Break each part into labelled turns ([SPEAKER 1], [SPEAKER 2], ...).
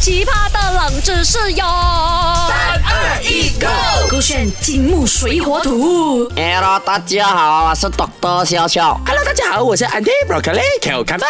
[SPEAKER 1] 奇葩的冷知识哟！三
[SPEAKER 2] 二一，Go！
[SPEAKER 1] 勾选金木水火土。
[SPEAKER 3] Hello，大家好，我是 Doctor 笑笑。
[SPEAKER 2] Hello，大家好，我是 Andy Broccoli Q 看吧。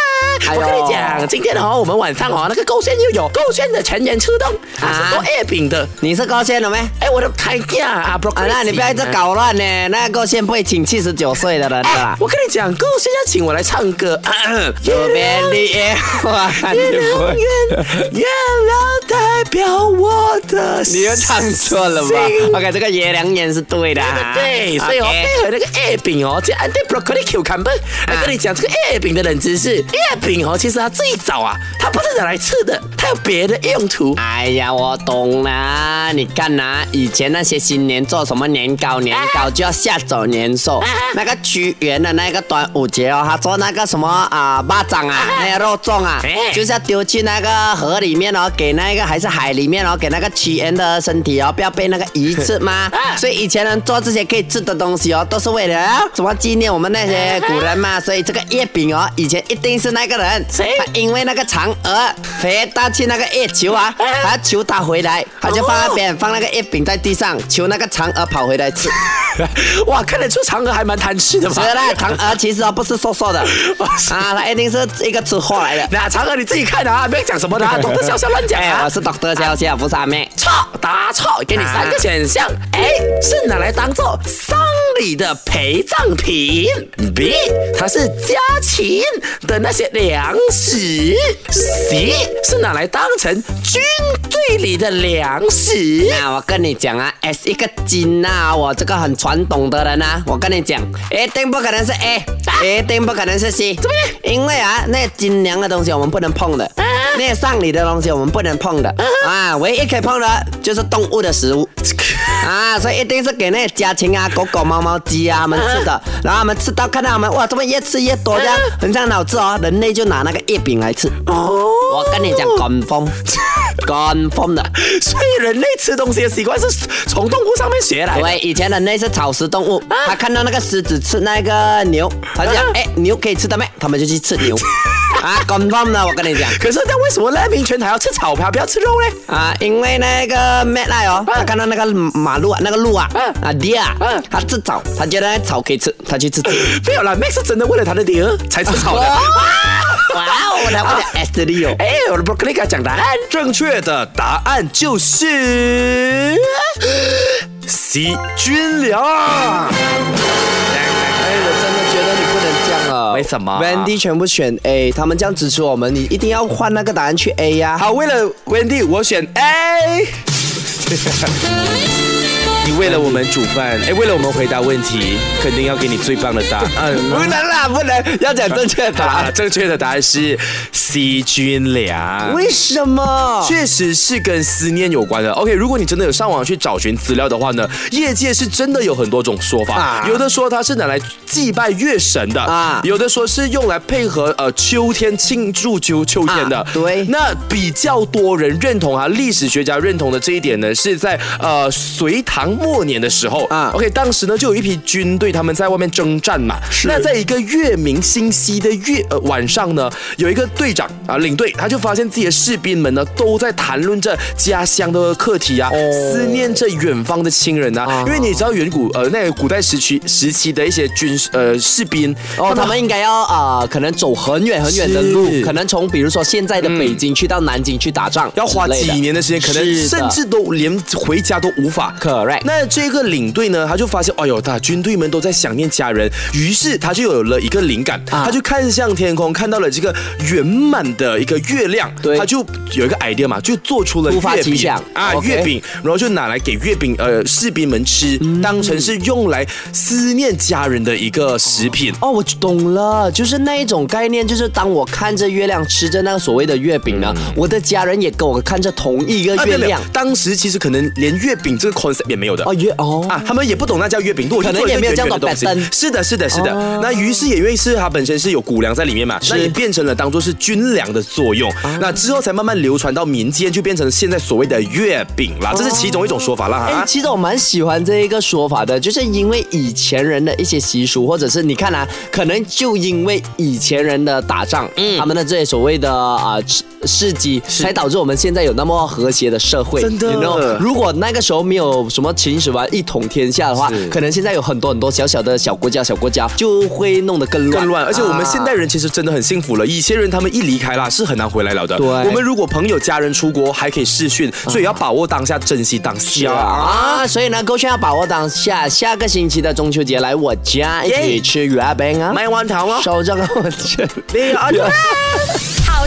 [SPEAKER 3] 哎呦
[SPEAKER 2] 我跟你讲，今天哦，我们晚上哦，那个勾线又有勾线的全员出动，啊，
[SPEAKER 3] 啊
[SPEAKER 2] 是做月饼的。
[SPEAKER 3] 你是高线了没？
[SPEAKER 2] 哎，我的太呀啊
[SPEAKER 3] 啊
[SPEAKER 2] ，Broccoli，、，
[SPEAKER 3] 那你不要一直。搞乱呢，那个线不会请七十九岁的人的啊
[SPEAKER 2] 哎
[SPEAKER 3] 啦，。
[SPEAKER 2] 我跟你讲，勾线要请我来唱歌。啊啊
[SPEAKER 3] 左边的夜晚，
[SPEAKER 2] 月
[SPEAKER 3] 你不
[SPEAKER 2] 亮
[SPEAKER 3] 会
[SPEAKER 2] 圆，月亮代表我的心。
[SPEAKER 3] 你又唱 错了吧？OK，这个爷娘眼是对的啊。
[SPEAKER 2] 对，所以我
[SPEAKER 3] OK 啊
[SPEAKER 2] 配合那个月饼哦，这 anti broccoli cucumber，来跟你讲这个月饼的冷知识。月饼哦，其实它最早啊，它不是拿来吃的，它有别的用途。
[SPEAKER 3] 哎呀，我懂啦！你看呐、以前那些新年做什么年糕，年糕就要下走年
[SPEAKER 2] 啊
[SPEAKER 3] 兽。那个屈原的那个端午节哦，他做那个什么啊，巴掌啊，那个肉粽啊
[SPEAKER 2] 哎，
[SPEAKER 3] 就是要丢去那个河里面哦，给那个还是海里面哦，给那个屈原的身体哦，不要被那个鱼吃嘛
[SPEAKER 2] 啊。
[SPEAKER 3] 所以以前人做这些可以吃的东西哦，都是为了要什么纪念我们那
[SPEAKER 2] 啊
[SPEAKER 3] 些古人嘛。所以这个月饼哦，以前一定是那个人，
[SPEAKER 2] 谁
[SPEAKER 3] 他因为那个嫦娥飞到去那个月球啊，他求他回来，他就放那边放那个月饼在地上，求那个嫦娥跑回来 吃。
[SPEAKER 2] 哇，看得出嫦娥还蛮贪吃的嘛
[SPEAKER 3] 所以。呢，嫦娥其实哦不是瘦瘦 的啊，她一定是一个吃货来 的。
[SPEAKER 2] 那嫦娥你自己看啊，不要讲什么 的啊，懂得笑笑乱讲
[SPEAKER 3] 哎，
[SPEAKER 2] 啊
[SPEAKER 3] 我。是 Doctor 小小，不是阿妹。
[SPEAKER 2] 错，答错，给你三个选项。A 是拿来当做丧礼的陪葬品，B 它是家禽的那些粮食，C 是拿来当成军队里的粮食。
[SPEAKER 3] 那我跟你讲啊，S 一个金呐、我这个很传统的人啊，我跟你讲，一定不可能是 A，、一定不可能是 C，
[SPEAKER 2] 么
[SPEAKER 3] 因为啊，那金娘的东西我们不能碰的，那丧礼的东西我们不能碰的啊，唯一可以碰的就是动物的食物。啊，所以一定是给那些家禽啊、狗狗、猫猫、鸡啊他们吃的，然后他们吃到看到他们哇，怎么越吃越多这样，很像脑子哦，人类就拿那个月饼来吃。
[SPEAKER 2] 哦，
[SPEAKER 3] 我跟你讲，干风，干风的。
[SPEAKER 2] 所以人类吃东西的习惯是从动物上面学来的。
[SPEAKER 3] 对，哎以前人类是草食动物，他看到那个狮子吃那个牛，他就讲
[SPEAKER 2] 啊，
[SPEAKER 3] 哎、牛可以吃的咩？他们就去吃 牛。啊，confirm 了，我跟你 讲。
[SPEAKER 2] 可是那为什么赖明权还要吃草还不要吃肉呢？
[SPEAKER 3] 啊，因为那个 m a t 哦，他看到那个马路啊，那个路啊，啊 d 啊
[SPEAKER 2] 嗯，
[SPEAKER 3] 他吃草，他觉得那草可以吃，他去吃草。
[SPEAKER 2] 没有啦，Max 是真的为了他的女儿才吃草的。
[SPEAKER 3] 哇哦，我来问点 S 的哦。
[SPEAKER 2] 哎，我的 broccoli 给他讲答案，正确的答案就是 C 军粮。
[SPEAKER 3] 哎，我真的觉得你不能这样啊了。
[SPEAKER 2] 为什么
[SPEAKER 3] Wendy 全部选 A，他们这样指出我们，你一定要换那个答案去 A 呀、
[SPEAKER 2] 好，为了 Wendy，我选 A。你为了我们煮饭，哎，为了我们回答问题，肯定要给你最棒的答案。
[SPEAKER 3] 不能啦，不能，要讲正确 的答
[SPEAKER 2] 啊，
[SPEAKER 3] 案。
[SPEAKER 2] 正确的答案是 C 军粮。
[SPEAKER 3] 为什么？
[SPEAKER 2] 确实是跟思念有关的。OK，如果你真的有上网去找寻资料的话呢，业界是真的有很多种说法，
[SPEAKER 3] 啊
[SPEAKER 2] 有的说它是拿来祭拜月神的，
[SPEAKER 3] 啊
[SPEAKER 2] 有的说是用来配合呃秋天庆祝秋秋天的、
[SPEAKER 3] 啊对
[SPEAKER 2] 那比较多人认同啊，历史学家认同的这一点呢，是在呃隋唐末年的时候
[SPEAKER 3] 啊
[SPEAKER 2] OK，当时呢就有一批军队他们在外面征战嘛，
[SPEAKER 3] 是
[SPEAKER 2] 那在一个月明星稀的月呃晚上呢，有一个队长啊领队，他就发现自己的士兵们呢都在谈论着家乡的课题啊，
[SPEAKER 3] 哦
[SPEAKER 2] 思念着远方的亲人啊，因为你知道远古呃那个古代时期时期的一些军呃士兵
[SPEAKER 3] 哦，他们应该要呃，可能走很远很远的路
[SPEAKER 2] 是，
[SPEAKER 3] 可能从比如说现在的北京去到南京去打仗，
[SPEAKER 2] 要花几年的时间，可能甚至都连回家都无法。
[SPEAKER 3] correct
[SPEAKER 2] 那这个领队呢，他就发现，哎呦，大军队们都在想念家人，于是他就有了一个灵感，
[SPEAKER 3] 啊
[SPEAKER 2] 他就看向天空，看到了这个圆满的一个月亮，
[SPEAKER 3] 对
[SPEAKER 2] 他就有一个 idea 嘛，就做出了
[SPEAKER 3] 突发
[SPEAKER 2] 月
[SPEAKER 3] 奇
[SPEAKER 2] 饼
[SPEAKER 3] 想
[SPEAKER 2] 啊，
[SPEAKER 3] OK
[SPEAKER 2] 月饼，然后就拿来给月饼呃士兵们吃，
[SPEAKER 3] 嗯
[SPEAKER 2] 当成是用来思念家人的一个食品。
[SPEAKER 3] 哦，我懂了，就是那一种概念，就是当我看着月亮吃着那个所谓的月饼呢，我的家人也跟我看着同一个
[SPEAKER 2] 嗯啊没
[SPEAKER 3] 哦月
[SPEAKER 2] 有没有
[SPEAKER 3] 亮。
[SPEAKER 2] 当时其实可能连月饼这个 concept 也没有的。
[SPEAKER 3] 哦月哦
[SPEAKER 2] 啊，他们也不懂那叫月饼，如果去
[SPEAKER 3] 可能
[SPEAKER 2] 做一
[SPEAKER 3] 也
[SPEAKER 2] 个
[SPEAKER 3] 没有
[SPEAKER 2] 圆
[SPEAKER 3] 这样
[SPEAKER 2] 圆的
[SPEAKER 3] 懂
[SPEAKER 2] 东西
[SPEAKER 3] 板凳
[SPEAKER 2] 是的，是的，是的。
[SPEAKER 3] 哦
[SPEAKER 2] 那于是也因为是它本身是有谷粮在里面嘛，那也变成了当做是军粮的作用。
[SPEAKER 3] 啊
[SPEAKER 2] 那之后才慢慢流传到民间，就变成现在所谓的月饼啦，这是其中一种说法啦。
[SPEAKER 3] 哦
[SPEAKER 2] 啊
[SPEAKER 3] 哎、
[SPEAKER 2] 哈。
[SPEAKER 3] 其实我蛮喜欢这一个说法的，就是因为以前人的一些习俗，或者是你看啊，可能就因为以前人的打仗，
[SPEAKER 2] 嗯
[SPEAKER 3] 他们的这些所谓的啊、事事迹，才导致我们现在有那么和谐的社会。
[SPEAKER 2] 真的
[SPEAKER 3] you know，如果那个时候没有什么秦始皇一统天下的话
[SPEAKER 2] 是，
[SPEAKER 3] 可能现在有很多很多小小的小国家、小国家就会弄得更乱。
[SPEAKER 2] 更乱，而且我们现代
[SPEAKER 3] 啊
[SPEAKER 2] 人其实真的很幸福了。以前人他们一离开啦，是很难回来了的。
[SPEAKER 3] 对
[SPEAKER 2] 我们如果朋友、家人出国，还可以视讯，所以要把握当下，珍惜当
[SPEAKER 3] 是
[SPEAKER 2] 下。
[SPEAKER 3] 啊，所以呢，勾圈要把握当下，下个星期的中秋节来我家一起
[SPEAKER 2] 耶
[SPEAKER 3] 吃月饼啊！
[SPEAKER 2] 卖完糖哦了，
[SPEAKER 3] 手这个我去。
[SPEAKER 2] 你啊，
[SPEAKER 1] 好